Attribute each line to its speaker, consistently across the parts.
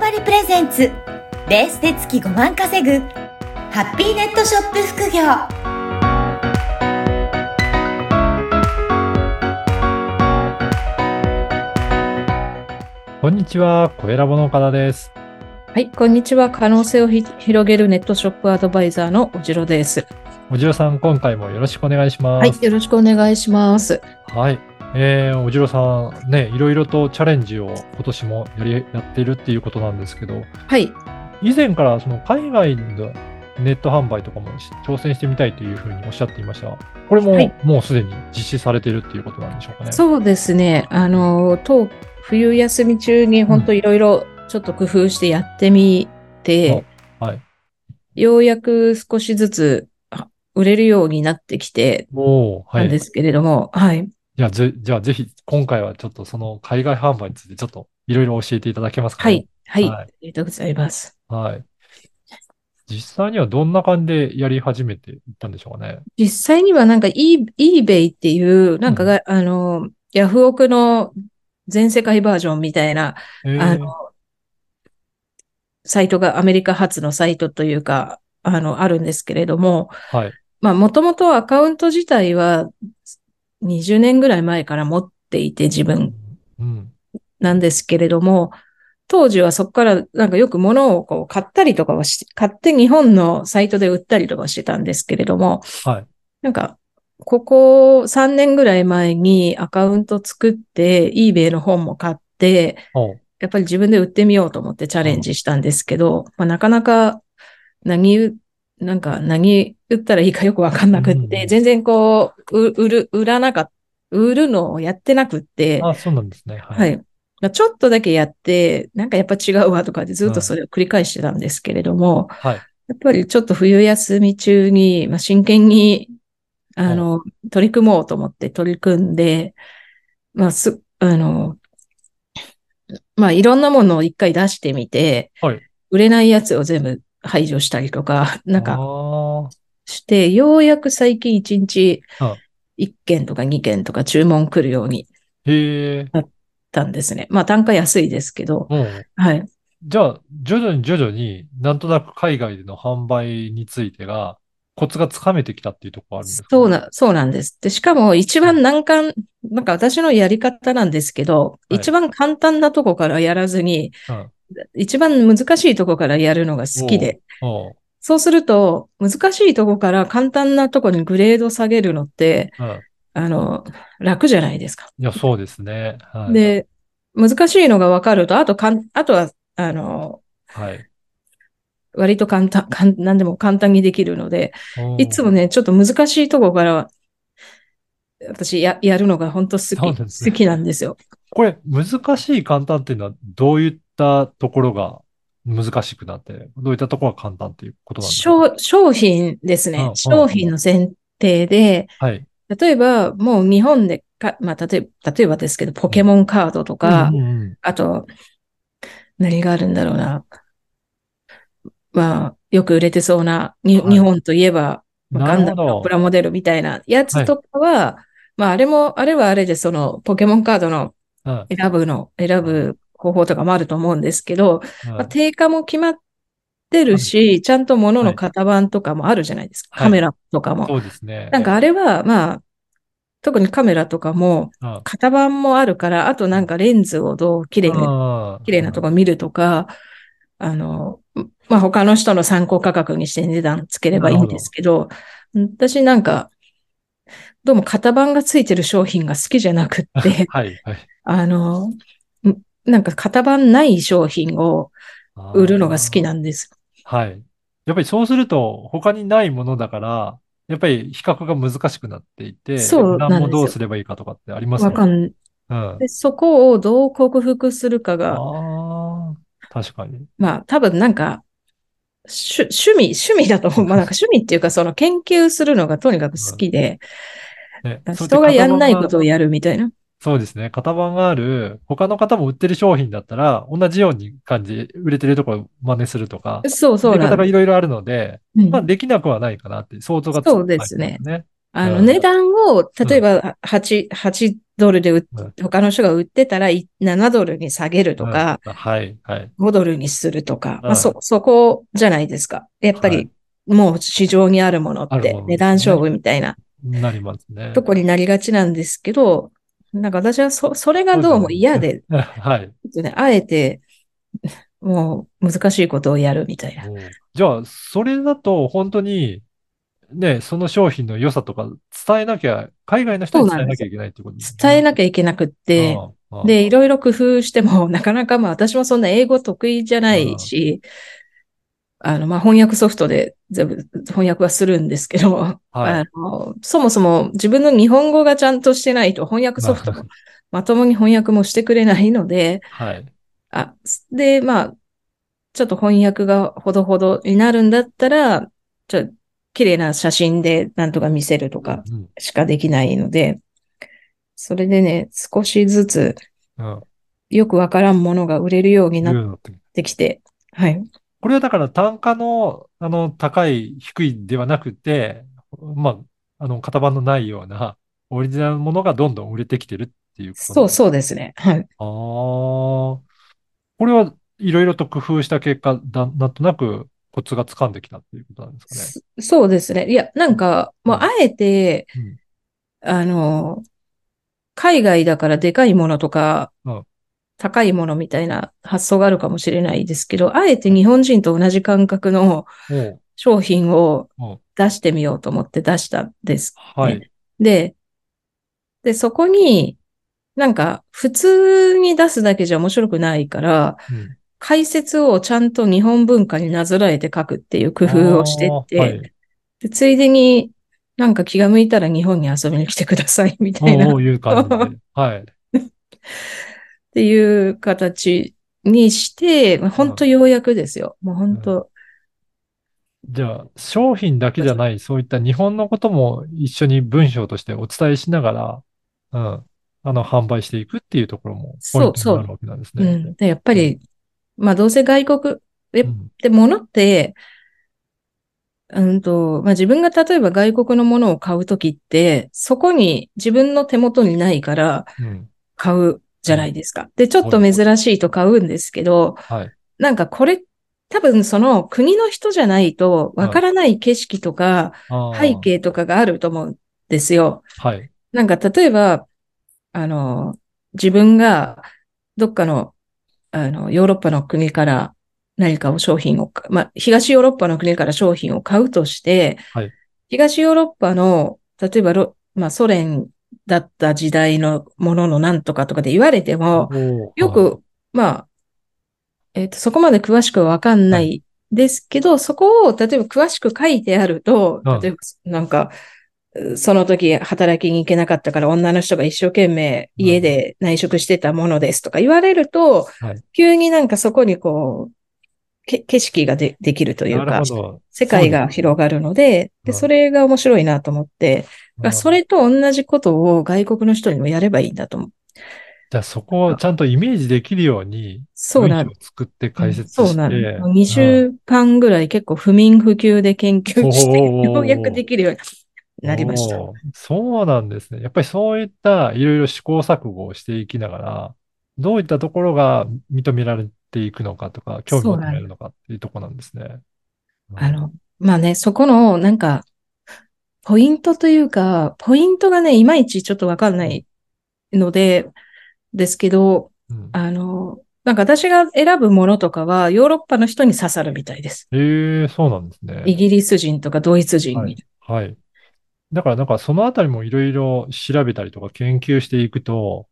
Speaker 1: バリプレゼンツベースで月5万稼ぐハッピーネットショップ副業
Speaker 2: こんにちは、小ラボの岡田です。
Speaker 3: はい、こんにちは。可能性をひ広げるネットショップアドバイザーのおじろです。
Speaker 2: おじろさん、今回もよろしくお願いしま
Speaker 3: はい
Speaker 2: す、。
Speaker 3: よろしくお願いします。
Speaker 2: はい。えー、おじろさん、ね、いろいろとチャレンジを今年もやり、やっているっていうことなんですけど、
Speaker 3: はい、
Speaker 2: 以前からその海外のネット販売とかもし挑戦してみたいというふうにおっしゃっていました。これも、
Speaker 3: はい
Speaker 2: もうすでに実施されているっていうことなんでしょうかね。
Speaker 3: そうですね。あの、当冬休み中に本当いろいろちょっと工夫してやってみて、
Speaker 2: はい。
Speaker 3: ようやく少しずつあ売れるようになってきて
Speaker 2: おーは
Speaker 3: なんで
Speaker 2: い。
Speaker 3: すけれども、はい。
Speaker 2: じゃあ、ぜ、じゃあ、ぜひ、今回はちょっとその海外販売についてちょっといろいろ教えていただけますか
Speaker 3: は
Speaker 2: ね。
Speaker 3: い、はい、
Speaker 2: はい
Speaker 3: ありがとうございます。
Speaker 2: はい。実際にはどんな感じでやり始めていったんでしょうかね。
Speaker 3: 実際にはなんか E- eBay っていう、なんかが、あの、ヤフオクの全世界バージョンみたいな、
Speaker 2: えー
Speaker 3: あの、サイトがアメリカ発のサイトというか、あの、あるんですけれども、
Speaker 2: はい。
Speaker 3: まあ、もともとアカウント自体は20年ぐらい前から持っていて自分
Speaker 2: うん。
Speaker 3: なんですけれども、当時はそこからなんかよく物をこう買ったりとかはし、買って日本のサイトで売ったりとかしてたんですけれども、
Speaker 2: はい。
Speaker 3: なんか、ここ3年ぐらい前にアカウント作って、eBay の本も買って、
Speaker 2: おう
Speaker 3: やっぱり自分で売ってみようと思ってチャレンジしたんですけど、まあ、なかなか何う、なんか何売ったらいいかよくわかんなく
Speaker 2: う
Speaker 3: っ
Speaker 2: んうんう
Speaker 3: て、
Speaker 2: ん
Speaker 3: 全然こう、う売る、売らなかっ売るのをやってなくって、
Speaker 2: あ、そうなんですね。は。
Speaker 3: はいい。まあちょっとだけやって、なんかやっぱ違うわとかでずっとそれを繰り返してたんですけれども、
Speaker 2: はい。
Speaker 3: やっぱりちょっと冬休み中に、まあ、真剣に、あの、取り組もうと思って取り組んで、まあ、す、あの、まあ、いろんなものを一回出してみて、
Speaker 2: はい
Speaker 3: 売れないやつを全部排除したりとか、な
Speaker 2: あ
Speaker 3: んか
Speaker 2: ー
Speaker 3: して、ようやく最近1日
Speaker 2: うん
Speaker 3: 1件とか2件とか注文来るようになっ
Speaker 2: へえ。
Speaker 3: たんですね。まあ、単価安いですけど、
Speaker 2: うん。
Speaker 3: はい。
Speaker 2: じゃあ、徐々に徐々になんとなく海外での販売についてが、コツがつかめてきたっていうところはあるんですか
Speaker 3: そう
Speaker 2: ね。
Speaker 3: な、そうなんです。で、しかも一番難関、なんか私のやり方なんですけど、
Speaker 2: はい
Speaker 3: 一番簡単なとこからやらずに、
Speaker 2: うん
Speaker 3: 一番難しいとこからやるのが好きで、
Speaker 2: おう
Speaker 3: そうすると、難しいとこから簡単なとこにグレード下げるのって、
Speaker 2: うん。
Speaker 3: あの、楽じゃないですか。
Speaker 2: いや、そうですね。はい。
Speaker 3: で、難しいのが分かると、あとかん、あとは、あの、
Speaker 2: はい。
Speaker 3: 割と簡単、かん何でも簡単にできるので、
Speaker 2: おう
Speaker 3: いつもね、ちょっと難しいとこから、私や、やるのが本当
Speaker 2: そうな
Speaker 3: 好き、
Speaker 2: んですね
Speaker 3: 好きなんですよ。
Speaker 2: これ、難しい簡単っていうのは、どういったところが難しくなって、どういったところが簡単っていうことなんですか
Speaker 3: 商商品です
Speaker 2: うんう
Speaker 3: ね
Speaker 2: ん。
Speaker 3: 商品の選定で、
Speaker 2: はい。
Speaker 3: 例えばもう日本でか、まあ、例えば、例えばですけど、ポケモンカードとか
Speaker 2: う、んうんうん
Speaker 3: あと、何があるんだろうな。まあ、よく売れてそうな、に
Speaker 2: はい
Speaker 3: 日本といえば、まあ
Speaker 2: なるほ
Speaker 3: ガンダムの
Speaker 2: ど
Speaker 3: プラモデルみたいなやつとかは、まあ、あれも、あれはあれで、その、ポケモンカードの
Speaker 2: うん
Speaker 3: 選ぶの、選ぶ方法とかもあると思うんですけど、
Speaker 2: うん
Speaker 3: まあ、定価も決まってるし、ちゃんと物の型番とかもあるじゃないですか。
Speaker 2: はい
Speaker 3: カメラとかも。
Speaker 2: そうですね。
Speaker 3: なんかあれは、まあ、特にカメラとかも、
Speaker 2: うん、うん
Speaker 3: 型番もあるから、あとなんかレンズをどう綺麗に、綺麗なとこ見るとか、あの、まあ他の人の参考価格にして値段つければいいんですけど、私なんか、どうも型番がついてる商品が好きじゃなくって、
Speaker 2: はい、はい。
Speaker 3: あの、んなんか型番ない商品を売るのが好きなんです。
Speaker 2: あーはい。やっぱりそうすると、他にないものだから、やっぱり比較が難しくなっていて、
Speaker 3: そうなんで
Speaker 2: 値
Speaker 3: すよ
Speaker 2: 段もどうすればいいかとかってあります
Speaker 3: わか
Speaker 2: ね。
Speaker 3: ん
Speaker 2: うん。
Speaker 3: でそこをどう克服するか
Speaker 2: あ
Speaker 3: が、
Speaker 2: あ、確かに。
Speaker 3: まあ多分なんか、趣趣味、趣味だ と思う。まあなんか趣味っていうか、その研究するのがとにかく好きで、
Speaker 2: ねそう
Speaker 3: 人がやんない
Speaker 2: やって型番が
Speaker 3: ことをやるみたいな。
Speaker 2: そうですね。型番がある、他の方も売ってる商品だったら、同じように感じ、売れてるところ真似するとか、
Speaker 3: そうそう
Speaker 2: 売り
Speaker 3: な
Speaker 2: 方が
Speaker 3: ん
Speaker 2: いろいろあるので、
Speaker 3: うん
Speaker 2: まあ、できなくはないかなって、想像がつ
Speaker 3: そうですね
Speaker 2: はいね。
Speaker 3: あの、
Speaker 2: うん
Speaker 3: 値段を、
Speaker 2: ん
Speaker 3: 例えば、8、8ドルで売っ
Speaker 2: うん
Speaker 3: 他の人が売ってたらい7ドルに下げるとか、
Speaker 2: うんはい、はい。
Speaker 3: 5ドルにするとか、
Speaker 2: う
Speaker 3: まあ、
Speaker 2: ん
Speaker 3: そ、そこじゃないですか。やっ
Speaker 2: は
Speaker 3: ぱり
Speaker 2: い、
Speaker 3: もう市場にあるもの
Speaker 2: あ
Speaker 3: っ
Speaker 2: る
Speaker 3: て
Speaker 2: もの
Speaker 3: 値段勝負みたいな
Speaker 2: なりますね。
Speaker 3: とこになりがちなんですけど、なんか私はそ、それがどうも嫌で、
Speaker 2: はい。
Speaker 3: ちょっとね、あえて、もう難しいことをやるみたいな。
Speaker 2: もうじゃあ、それだと本当に、ね、その商品の良さとか伝えなきゃ、海外の人に伝えなきゃいけないってことです
Speaker 3: 伝えな
Speaker 2: き
Speaker 3: きゃいけなくって、
Speaker 2: ゃ
Speaker 3: で、いろいろ工夫しても、 なかなかまあ私もそんな英語得意じゃないし、あの、まあ翻訳ソフトで全部翻訳はするんですけど、
Speaker 2: はい
Speaker 3: あの、そもそも自分の日本語がちゃんとしてないと翻訳ソフトもまともに翻訳もしてくれないので、
Speaker 2: はい。
Speaker 3: あ、で、まあ、ちょっと翻訳がほどほどになるんだったら、ちょっと綺麗な写真でなんとか見せるとか
Speaker 2: うん
Speaker 3: しかできないので、それでね、少しずつ
Speaker 2: うん
Speaker 3: よくわからんものが売れるようになっ
Speaker 2: 言うのって
Speaker 3: てきて、はい。
Speaker 2: これはだから単価の、あの、高い、低いではなくて、まあ、あの、型番のないような、オリジナルのものがどんどん売れてきてるっていうこと
Speaker 3: そう
Speaker 2: う。
Speaker 3: そうですね。はい。
Speaker 2: ああ。これはいろいろと工夫した結果、だ、なんとなくコツが掴んできたっていうことなんです
Speaker 3: そそうですね。いや、なんか、もうあえて、あの、海外だからでかいものとか、
Speaker 2: うん
Speaker 3: 高いものみたいな発想があるかもしれないですけど、あえて日本人と同じ感覚の
Speaker 2: かね。も
Speaker 3: 商品を
Speaker 2: うん
Speaker 3: 出してみようと思って出したんです。
Speaker 2: う、はい。
Speaker 3: で、で、そこに、なんか、普通に出すだけじゃ面白くないから、
Speaker 2: うん
Speaker 3: 解説をちゃんと日本文化になぞらえて書くっていう工夫をしてって、
Speaker 2: あーはい
Speaker 3: でついでになんか気が向いたら日本に遊びに来てくださいみたいなっ
Speaker 2: おういう感 じで。はい。
Speaker 3: ていう形にして、まあ本当ようやくですよ。もう本当、
Speaker 2: じゃあ、商品だけじゃない、そういった日本のことも一緒に文章としてお伝えしながら、うん、あの、販売していくっていうところもポイントになるわけなんです
Speaker 3: う
Speaker 2: ね。
Speaker 3: ん。でやっぱり、まあどうせ外国
Speaker 2: う
Speaker 3: え
Speaker 2: ん
Speaker 3: で、物って、うんと、まあ、自分が例えば外国のものを買うときって、そこに自分の手元にないから
Speaker 2: うん
Speaker 3: 買うじゃないですか。で、ちょっと珍しいと買うんですけど、
Speaker 2: はい。
Speaker 3: なんかこれ、多分その国の人じゃないとわからない景色とか
Speaker 2: あー
Speaker 3: 背景とかがあると思うんですよ。
Speaker 2: はい。
Speaker 3: なんか例えば、あの、自分がどっかの、あの、ヨーロッパの国から何かを商品をか、まあ、東ヨーロッパの国から商品を買うとして、
Speaker 2: はい
Speaker 3: 東ヨーロッパの、例えばロ、まあ、ソ連だった時代のもののなんとかとかで言われても、
Speaker 2: おー
Speaker 3: よ
Speaker 2: はい
Speaker 3: く、まあ、えっ、と、そこまで詳しくはわかんな
Speaker 2: はい
Speaker 3: ですけど、そこを、例えば詳しく書いてあると
Speaker 2: うん、
Speaker 3: 例えば、なんか、うその時働きに行けなかったから女の人が一生懸命
Speaker 2: うん
Speaker 3: 家で内職してたものですとか言われると、
Speaker 2: はい
Speaker 3: 急になんかそこにこう、け景色がでできるという
Speaker 2: な
Speaker 3: か
Speaker 2: る、ほど。
Speaker 3: 世界が広がるので、
Speaker 2: うん
Speaker 3: で、それが面白いなと思って、
Speaker 2: うん
Speaker 3: あそれと同じことを外国の人にもやればいいんだと思う。
Speaker 2: じゃあ、そこをちゃんとイメージできるように、
Speaker 3: そうなん
Speaker 2: 文章を作って解説
Speaker 3: そう
Speaker 2: し
Speaker 3: なの。
Speaker 2: て、
Speaker 3: もう2週間ぐらい結構不眠不休で研究して、
Speaker 2: おー
Speaker 3: ようやくできるようになりました。
Speaker 2: おーそうなんですね。やっぱりそういったいろいろ試行錯誤をしていきながら、どういったところが認められていくのかとか、興味を
Speaker 3: そう
Speaker 2: 持
Speaker 3: なん
Speaker 2: られるのかっていうところなんですね。うん
Speaker 3: あの、まあね、そこのなんか、ポイントというか、ポイントがね、いまいちちょっとわかんないので、ですけど、
Speaker 2: うん
Speaker 3: あの、なんか私が選ぶものとかはヨーロッパの人に刺さるみたいです。
Speaker 2: ええ、そうなんです
Speaker 3: イ
Speaker 2: ね。
Speaker 3: ギリス人とかドイツ人に。
Speaker 2: はい。はい。だからなんかそのあたりもいろいろ調べたりとか研究していくと、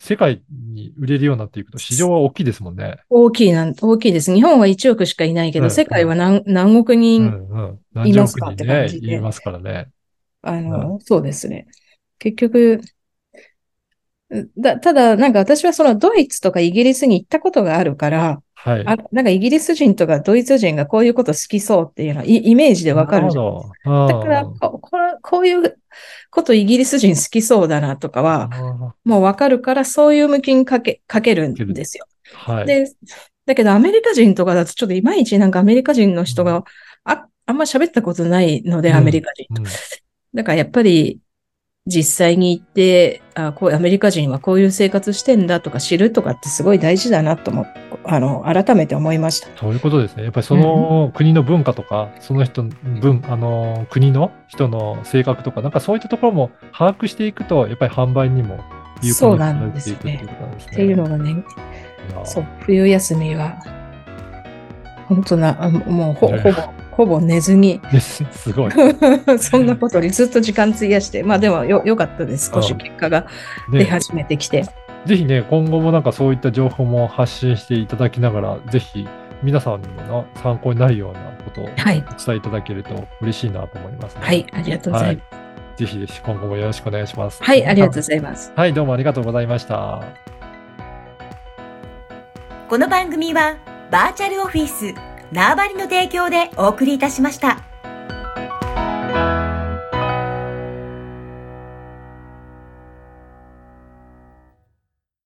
Speaker 2: 世界に売れるようになっていくと市場は大きいですもんね。
Speaker 3: 大きいなん、大きいです。日本は1億しかいないけ
Speaker 2: う
Speaker 3: ど、
Speaker 2: ん
Speaker 3: 世界は何何億
Speaker 2: う
Speaker 3: 人
Speaker 2: んうん。何
Speaker 3: い
Speaker 2: 十
Speaker 3: ます
Speaker 2: 億
Speaker 3: か
Speaker 2: 人
Speaker 3: って
Speaker 2: ね、
Speaker 3: 感じで
Speaker 2: いますからね。
Speaker 3: あの、そうですね。結局、だ、ただ、なんか私はそのドイツとかイギリスに行ったことがあるから、
Speaker 2: はい。
Speaker 3: あ、なんかイギリス人とかドイツ人がこういうこと好きそうっていうのはイ、イメージでわかるじゃん。
Speaker 2: な
Speaker 3: だ
Speaker 2: るほど。
Speaker 3: から
Speaker 2: うん
Speaker 3: こ、これ、こういうことイギリス人好きそうだなとかは、
Speaker 2: あ
Speaker 3: もうわかるから、そういう向きにかけ、かけるんですよ。
Speaker 2: ーはい。
Speaker 3: で、だけどアメリカ人とかだとちょっといまいちなんかアメリカ人の人
Speaker 2: う
Speaker 3: が、あ、あんま喋ったことないの
Speaker 2: う
Speaker 3: で、
Speaker 2: ん
Speaker 3: アメリカ人と
Speaker 2: うん
Speaker 3: だからやっぱり、実際に行って、あこうアメリカ人はこういう生活してんだとか知るとかってすごい大事だなとも、あの、改めて思いました。
Speaker 2: そういうことですね。やっぱりその国の文化とか、うん、その人文、あの、国の人の性格とか、なんかそういったところも把握していくと、やっぱり販売にも
Speaker 3: 有効になっていく、ね、っていうことなんですね。っていうのがね、そう、冬休みは、本当な、もうほほぼ、ほぼ寝ずに。
Speaker 2: すごい。
Speaker 3: そんなことにずっと時間費やして、まあでもよよかったです。少し結果が 出始めてきて、ね。
Speaker 2: ぜひね、今後もなんかそういった情報も発信していただきながら、ぜひ皆さんにも参考になるようなことをお伝えいただけると嬉しいなと思います、ね、
Speaker 3: はい、はい、ありがとうございます。はい
Speaker 2: ぜひぜひ今後もよろしくお願いします。
Speaker 3: はい、ありがとうございます。
Speaker 2: はい、どうもありがとうございました。
Speaker 1: この番組はバーチャルオフィス縄張りの提供でお送りいたしました。